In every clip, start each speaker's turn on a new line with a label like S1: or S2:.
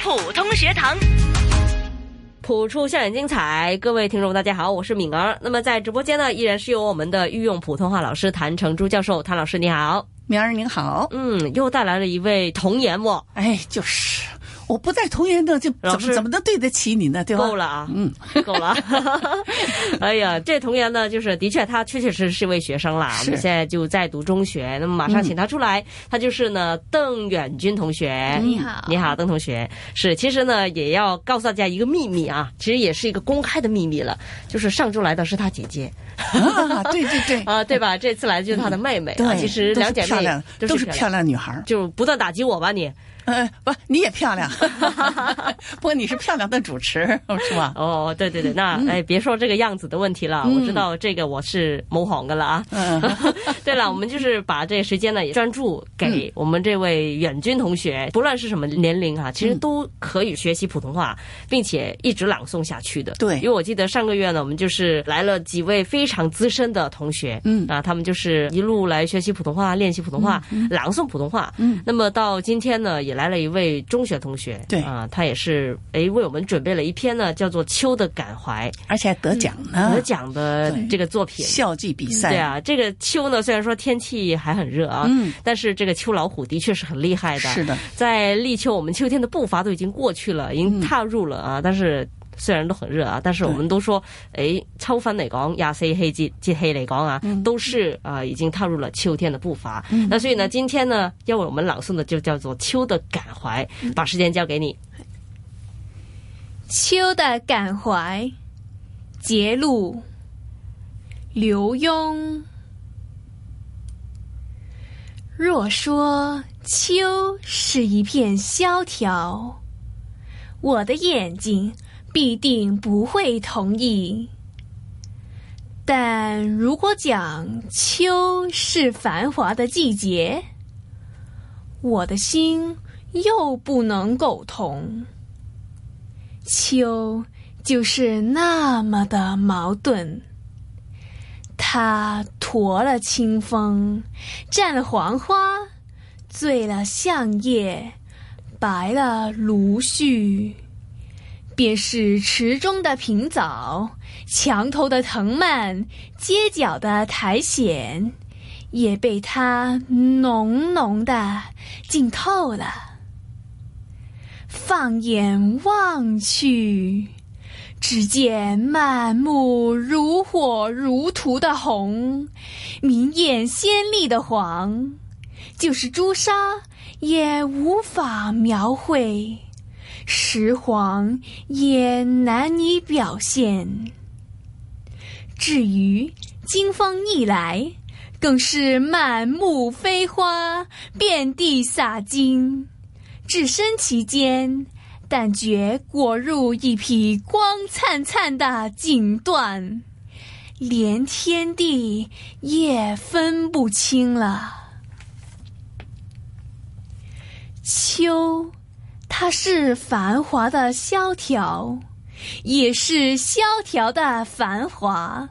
S1: 普通学堂。
S2: 普出校园精彩，各位听众大家好，我是敏儿。那么在直播间呢，依然是由我们的御用普通话老师谭成珠教授，谭老师你好。
S3: 明儿您好，
S2: 嗯，又带来了一位童颜哦，
S3: 哎，就是我不在童颜呢，就
S2: 老
S3: 怎
S2: 师
S3: 么怎么能对得起你呢？对吧？
S2: 够了啊，
S3: 嗯，
S2: 够 了。哎呀，这童颜呢，就是的确他确确实实是位学生啦，我
S3: 是
S2: 们现在就在读中学，那么马上请他出来，他就是呢邓远军同学，
S3: 你
S1: 好
S2: 你好，邓同学。是，其实呢也要告诉大家一个秘密啊，其实也是一个公开的秘密了，就是上周来的是他姐姐。
S3: 啊，对对 对，
S2: 啊，对吧？这次来的就是她的妹妹。啊
S3: 嗯对，
S2: 其实
S3: 都是
S2: 两姐
S3: 漂
S2: 妹
S3: 亮，都是漂
S2: 亮，
S3: 亮女孩儿。
S2: 就不断打击我吧你。
S3: 呃，不，你也漂亮，不过你是漂亮的主持，是吧？
S2: 哦，对对对，那
S3: 嗯
S2: 哎，别说这个样子的问题了，我知道这个我是某行的了啊。
S3: 嗯，
S2: 对了，我们就是把这时间呢也专注
S3: 嗯
S2: 给我们这位远军同学，不论是什么年龄啊，
S3: 嗯
S2: 其实都可以学习普通话，并且一直朗诵下去的。
S3: 对
S2: 因为我记得上个月呢，我们就是来了几位非常资深的同学，
S3: 嗯
S2: 啊，他们就是一路来学习普通话，练习普通话，朗诵普通话。
S3: 嗯，
S2: 那么到今天呢，也来了一位中学同学，
S3: 对
S2: 啊，他也是哎为我们准备了一篇呢叫做《秋的感怀》
S3: 而且还得奖呢
S2: 得，奖的
S3: 对
S2: 这个作品。
S3: 校际比赛。
S2: 对，啊，这个秋呢，虽然说天气还很热啊，
S3: 嗯，
S2: 但是这个秋老虎的确是很厉害的。
S3: 是的，
S2: 在立秋，我们秋天的步伐都已经过去了，已经踏入了啊。但是虽然都很热啊，但是我们都說，诶、秋分嚟講，廿四氣節節氣嚟講啊，都是啊、已經踏入了秋天的步伐。那所以呢，今天呢，要为我们朗诵的就叫做《秋的感怀》，把时间交给你。
S1: 秋的感怀，节录，刘墉。若说秋是一片萧条，我的眼睛必定不会同意。但如果讲秋是繁华的季节，我的心又不能苟同。秋就是那么的矛盾，它驮了清风，蘸了黄花，醉了相叶，白了芦絮，便是池中的萍藻，墙头的藤蔓，街角的苔藓，也被它浓浓的浸透了。放眼望去，只见满目如火如荼的红，明艳鲜丽的黄，就是朱砂也无法描绘，石黄也难以表现。至于金风一来，更是满目飞花，遍地洒金。置身其间，但觉裹入一匹光灿灿的锦缎，连天地也分不清了。秋，它是繁华的萧条，也是萧条的繁华。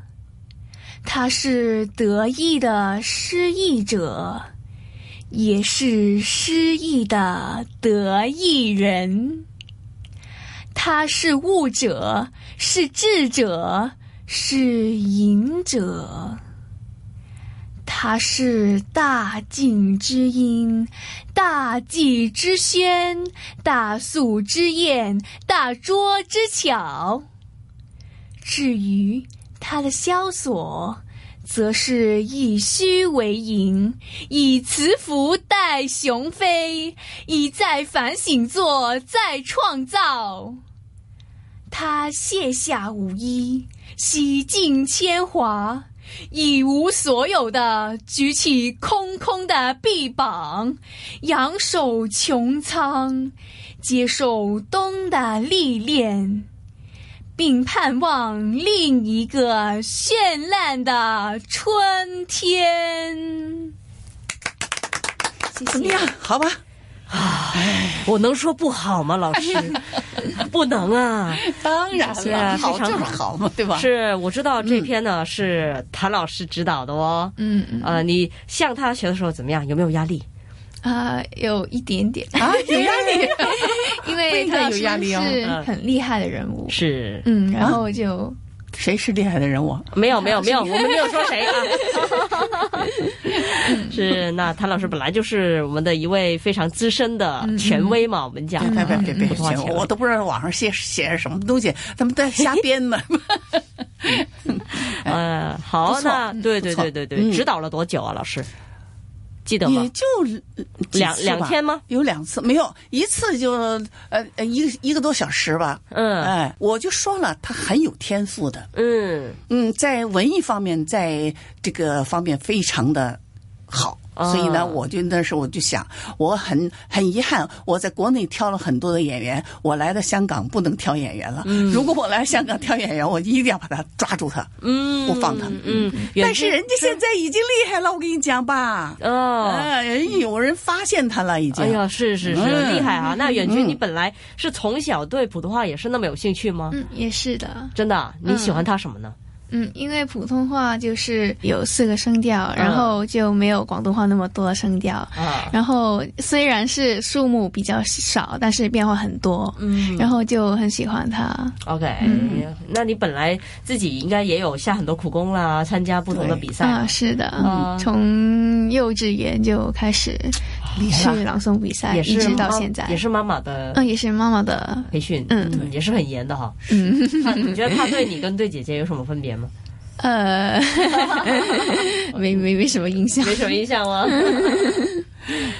S1: 它是得意的失意者。也是失意的得意人。他是悟者，是智者，是隐者。他是大静之音，大寂之轩，大宿之宴，大拙之巧。至于他的萧索，则是以虚为盈，以辞赋待雄飞，以再反省作再创造。他卸下舞衣，洗尽铅华，一无所有的举起空空的臂膀，仰首穹苍，接受冬的历练。并盼望另一个绚烂的春天。谢
S3: 怎么
S1: 谢
S3: 样。？好吧，
S2: 我能说不好吗，老师？不能啊。
S3: 当然
S2: 是啊
S3: 了，好
S2: 非
S3: 就
S2: 常
S3: 是
S2: 好
S3: 好嘛，对吧？
S2: 是，我知道这篇呢、是谭老师指导的哦。
S1: 嗯，
S2: 呃，你向他学的时候怎么样？有没有压力？
S1: 啊、有一 点点，
S3: 啊，有压力。
S1: 因为
S3: 不应
S1: 他
S3: 该
S1: 老
S3: 有
S1: 师
S3: 压力哦
S1: 是
S2: 嗯啊
S1: 很厉害的人物，
S2: 是
S1: 嗯，然后就、
S3: 谁是厉害的人物？
S2: 没有没 有没有，我们没有说谁啊。 是那谭老师本来就是我们的一位非常资深的权威嘛，我们讲
S3: 嗯别别别别
S2: 普
S3: 别，
S2: 通话
S3: 行
S2: 权威
S3: 我都不知道网上写写着什么东西，咱们在瞎编呢。
S2: 呃，好
S3: 哎不，错
S2: 那对对
S3: 不错嗯
S2: 对对对，指导了多久啊，老师？记得吗
S3: 也？就几次
S2: 两
S3: 吧
S2: 两天吗？
S3: 有两次没有，一次就呃呃一个一个多小时吧。
S2: 嗯
S3: 哎，我就说了，他很有天赋的。
S2: 嗯，
S3: 嗯，在文艺方面，在这个方面非常的好。
S2: 啊
S3: 所以呢，我就那时候我就想，我很很遗憾，我在国内挑了很多的演员，我来到香港不能挑演员了。如果我来香港挑演员，我一定要把他抓住他，
S2: 嗯，
S3: 不放他。
S2: 嗯，远
S3: 但是人家现在已经厉害了，我跟你讲吧，
S2: 哦。
S3: 哎，人家有人发现他了，已经。
S2: 哎呀，是是是，
S3: 嗯
S2: 厉害啊！那远军，你本来是从小对普通话也是那么有兴趣吗？
S1: 嗯也是的，
S2: 真的啊，你喜欢他什么呢？
S1: 嗯，因为普通话就是有四个声调，然后就没有广东话那么多声调。
S2: 啊，
S1: 然后虽然是数目比较少，但是变化很多，
S2: 嗯
S1: 然后就很喜欢它。
S2: OK，、那
S1: 嗯
S2: 你本来自己应该也有下很多苦功啦，参加不同的比赛
S1: 啊，
S2: 啊。
S1: 是的，
S2: 嗯啊
S1: 从幼稚园就开始
S3: 厉
S1: 去
S3: 害了，
S1: 朗诵比赛，
S2: 哎也
S1: 啊一
S2: 是
S1: 直到
S2: 妈
S1: 现在。
S2: 也是妈妈的
S1: 嗯，也是妈妈的。
S2: 培训，
S1: 嗯
S2: 也是很严的哈。
S1: 嗯，
S2: 你觉得他对你跟对姐姐有什么分别 吗？
S1: 呃， 没没没什么印象。
S2: 没什么印象吗？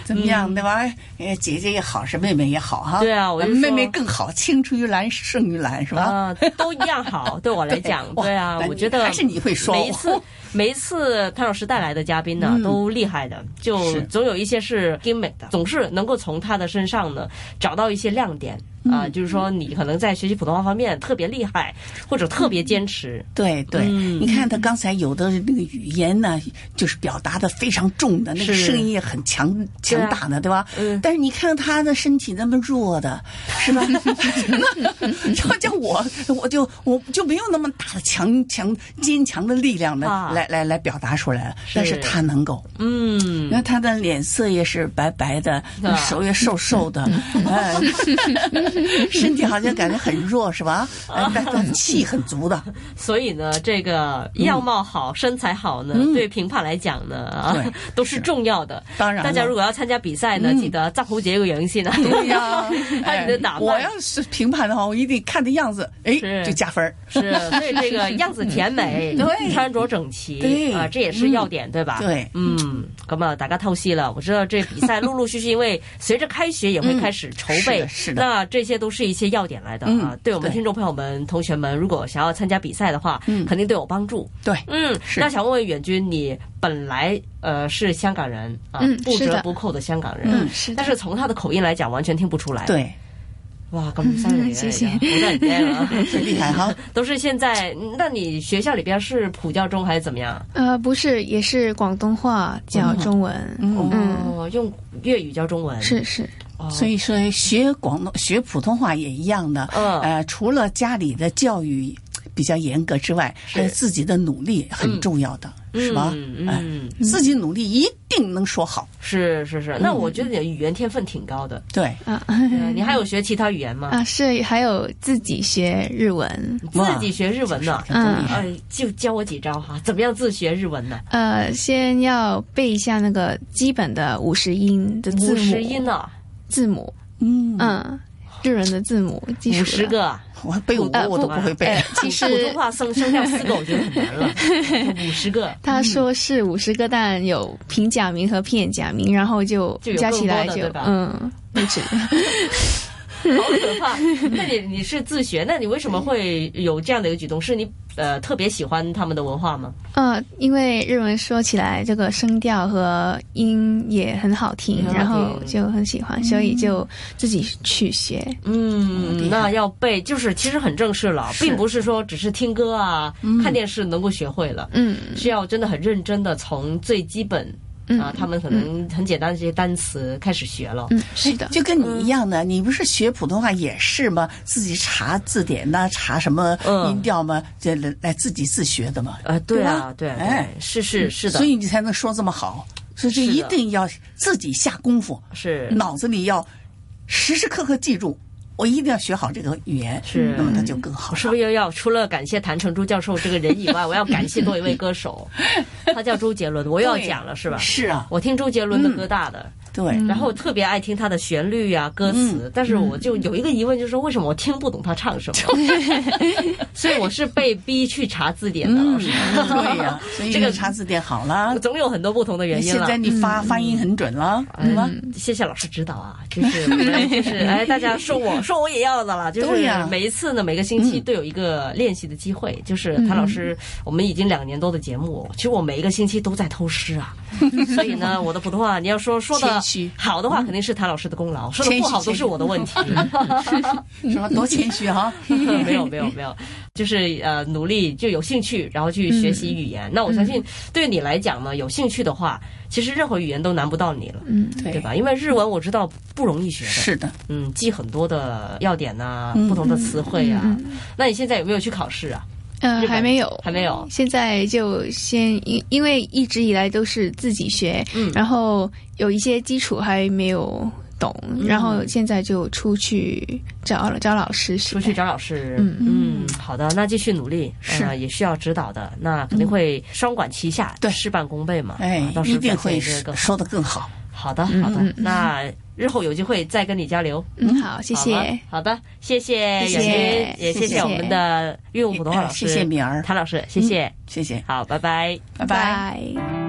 S3: 怎么样？对吧？哎，姐姐也好，是妹妹也好哈。
S2: 嗯
S3: 呃
S2: 对啊我就说
S3: 妹妹更好，青出于蓝胜于蓝，是吧？
S2: 啊，都一样 好，对我来讲，
S3: 哇
S2: 对啊，
S3: 那
S2: 我
S3: 你
S2: 觉得
S3: 还是你会说嗯
S2: 每一次，每一次谭老师带来的嘉宾呢，都厉害的，就是总有一些是 gimmick 的，总是能够从他的身上呢找到一些亮点。
S3: 嗯
S2: 啊，就是说你可能在学习普通话方面特别厉害，或者特别坚持，
S3: 对对，
S2: 嗯
S3: 你看他刚才有的那个语言呢，就是表达的非常重的，那个
S2: 是
S3: 声音也很强
S2: 对
S3: 强
S2: 啊
S3: 大的，对吧？
S2: 嗯
S3: 但是你看他的身体那么弱的，是吧？那叫我，我就我就没有那么大的强强坚强的力量呢，
S2: 啊
S3: 来来来表达出来了。但是
S2: 是
S3: 他能够，
S2: 嗯
S3: 你，看他的脸色也是白白的，
S2: 啊
S3: 手也瘦瘦的，
S2: 嗯
S3: 哎，身体好像感觉很弱，是吧？哎
S2: 嗯
S3: 但但气很足的。
S2: 所以呢，这个
S3: 嗯
S2: 样貌好、身材好呢，对评判来讲呢，啊
S3: 对，
S2: 都是重要的。
S3: 当然了
S2: 大
S3: 嗯
S2: 家如果要参加比赛呢，记得照顾这个人性啊。，
S3: 对呀 哎
S2: 看你的打扮
S3: 我要是评判的话，我一定看的样子，哎
S2: 是，
S3: 就加分儿。
S2: 是，所以这个样子甜美，
S3: 嗯对
S2: 穿着整齐，
S3: 对嗯
S2: 啊，这也是要点，对吧？
S3: 对
S2: 嗯，咁啊，大家透析了。我知道这比赛陆陆续续，因为随着开学也会开始筹备，
S3: 嗯是的是的
S2: 那这些都是一些要点来的、啊
S3: 嗯。
S2: 对我们
S3: 对
S2: 听众朋友们、同学们，如果想要参加比赛的话，
S3: 嗯
S2: 肯定都有帮助。
S3: 对，
S2: 嗯，
S3: 是
S2: 那想问问远君，你本来呃是香港人啊，
S1: 嗯
S2: 不
S1: 是
S2: 折
S1: 的
S2: 不扣的香港人，
S1: 嗯，是的
S2: 但。是从他的口音来讲，完全听不出来。，
S3: 对，
S2: 哇，咁犀利啊，
S1: 谢谢
S2: 好多人驚啊
S3: 最厉害 哈。
S2: 都是现在，那你学校里边是普教中还是怎么样？
S1: 呃，不是，也是广东话教中文，嗯
S2: 哦，用粤语教中文，
S1: 是是，
S2: 哦，
S3: 所以说学广东学普通话也一样的，
S2: 嗯
S3: 呃，除了家里的教育比较严格之外，
S2: 是
S3: 还有自己的努力很重要的，是吧？
S2: 嗯
S3: 哎
S2: 嗯，
S3: 自己努力一定能说好。
S2: 是是是。那我觉得你的语言天分挺高的，
S3: 对，
S1: 啊
S2: 对啊你还有学其他语言吗？
S1: 啊是，还有自己学日文，
S2: 自己学日文呢？
S3: 挺厉害。
S2: 哎，就教我几招哈，怎么样自学日文呢？
S1: 呃，先要背一下那个基本的五十音的字
S2: 五
S1: 母，
S2: 十音呢？
S1: 字母，
S3: 嗯，
S1: 嗯，日文的字母，基础
S2: 五
S1: 的
S2: 十个啊。
S3: 我背五
S1: 呃
S3: 个我都不会背
S2: 哎，
S1: 其实
S2: 普通话声声调四个，我觉得很难了。五十个，
S1: 他说是五十个，但有平假名和片假名，然后就
S2: 就有
S1: 加起来
S2: 更多
S1: 就
S2: 的对吧
S1: 嗯不止。
S2: 好可怕！那你你是自学，那你为什么会有这样的一个举动？是你呃特别喜欢他们的文化吗？
S1: 呃，因为日文说起来这个声调和音也很好听，
S2: 嗯很好听
S1: 然后就很喜欢，所以就自己去学。
S2: 嗯，
S3: 厉害
S2: 那要背，就是其实很正式了，并不是说只是听歌啊、看电视能够学会了，
S1: 嗯
S2: 需要真的很认真的从最基本
S1: 嗯
S2: 啊，他们可能很简单的这些单词开始学了。
S1: 嗯，是的，
S3: 就跟你一样
S2: 嗯
S3: 的，你不是学普通话也是吗？自己查字典呐、查什么
S2: 嗯
S3: 音调吗？这来来自己自学的嘛。
S2: 呃，对啊，对
S3: 对吧
S2: 啊，对啊，
S3: 哎
S2: 是是是的
S3: 所，以你才能说这么好。所以就是
S2: 的
S3: 一定要自己下功夫，
S2: 是
S3: 脑子里要时时刻刻记住，我一定要学好这个语言，
S2: 是
S3: 那么它就更好
S2: 我
S3: 了。
S2: 是不是又要除了感谢谭成珠教授这个人以外，我要感谢多一位歌手，他叫周杰伦，我又要
S3: 对
S2: 讲了嗯是吧？
S3: 是啊，
S2: 我听周杰伦的歌大的，
S3: 对，
S2: 然后我特别爱听他的旋律呀、歌
S3: 嗯
S2: 词，但是我就有一个疑问，就是为什么我听不懂他唱什 么？所以我是被逼去查字典的，
S3: 嗯
S2: 老师，
S3: 对 呀、所以
S2: 这个
S3: 查字典好了，
S2: 总有很多不同的原因
S3: 现
S2: 了嗯
S3: 在。你发、发音很准了，对吧？
S2: 谢谢老师指导啊，就是我们 就是哎，大家说我说我也要的啦，就
S3: 对
S2: 是
S3: 呀
S2: 每一次呢，每个星期都有一个练习的机会。就是谭老师，
S3: 嗯
S2: 我们已经两年多的节目，其实我每一个星期都在偷师啊，所以呢，我的普通话你要说说的
S3: 谦虚
S2: 好的话，肯定是谭老师的功劳；说的不好都是我的问题。
S3: 是吧？多谦虚哈、
S2: 没有没有没有，就是呃努力就有兴趣，然后去学习语
S3: 嗯
S2: 言。那我相信对你来讲呢，有兴趣的话，其实任何语言都难不到你了，
S1: 嗯，
S3: 对
S2: 对？吧？因为日文我知道不容易学的，
S3: 是的，嗯
S2: 嗯，记很多的要点呐、不同的词汇啊。那你现在有没有去考试啊？日
S1: 呃，
S2: 本
S1: 还没有，
S2: 还没有
S1: 现在就先因因为一直以来都是自己学，
S2: 嗯
S1: 然后有一些基础还没有懂，
S2: 嗯
S1: 然后现在就出去找了找老师学
S2: 出。去找老师，
S1: 嗯
S2: 嗯，好的，那继续努力，
S3: 是
S2: 呃也需要指导的，那肯定会双管齐下，
S3: 对
S2: 事半功倍嘛，
S3: 哎
S2: 啊到，时
S3: 一
S2: 候
S3: 定
S2: 表现
S3: 会嗯
S2: 这个更好
S3: 说的更好。
S2: 好的，好的，那日后有机会再跟你交流，
S1: 嗯，好，谢
S2: 好啊吗
S1: 谢。
S2: 好的，谢谢远
S3: 谢
S1: 谢
S2: 君，也
S3: 谢
S2: 谢谢
S3: 谢
S2: 我们的运用普通话老师，
S3: 谢谢敏儿，嗯
S2: 谭老师，谢谢，
S3: 谢谢，
S2: 好，拜拜。
S3: 拜拜
S1: 拜。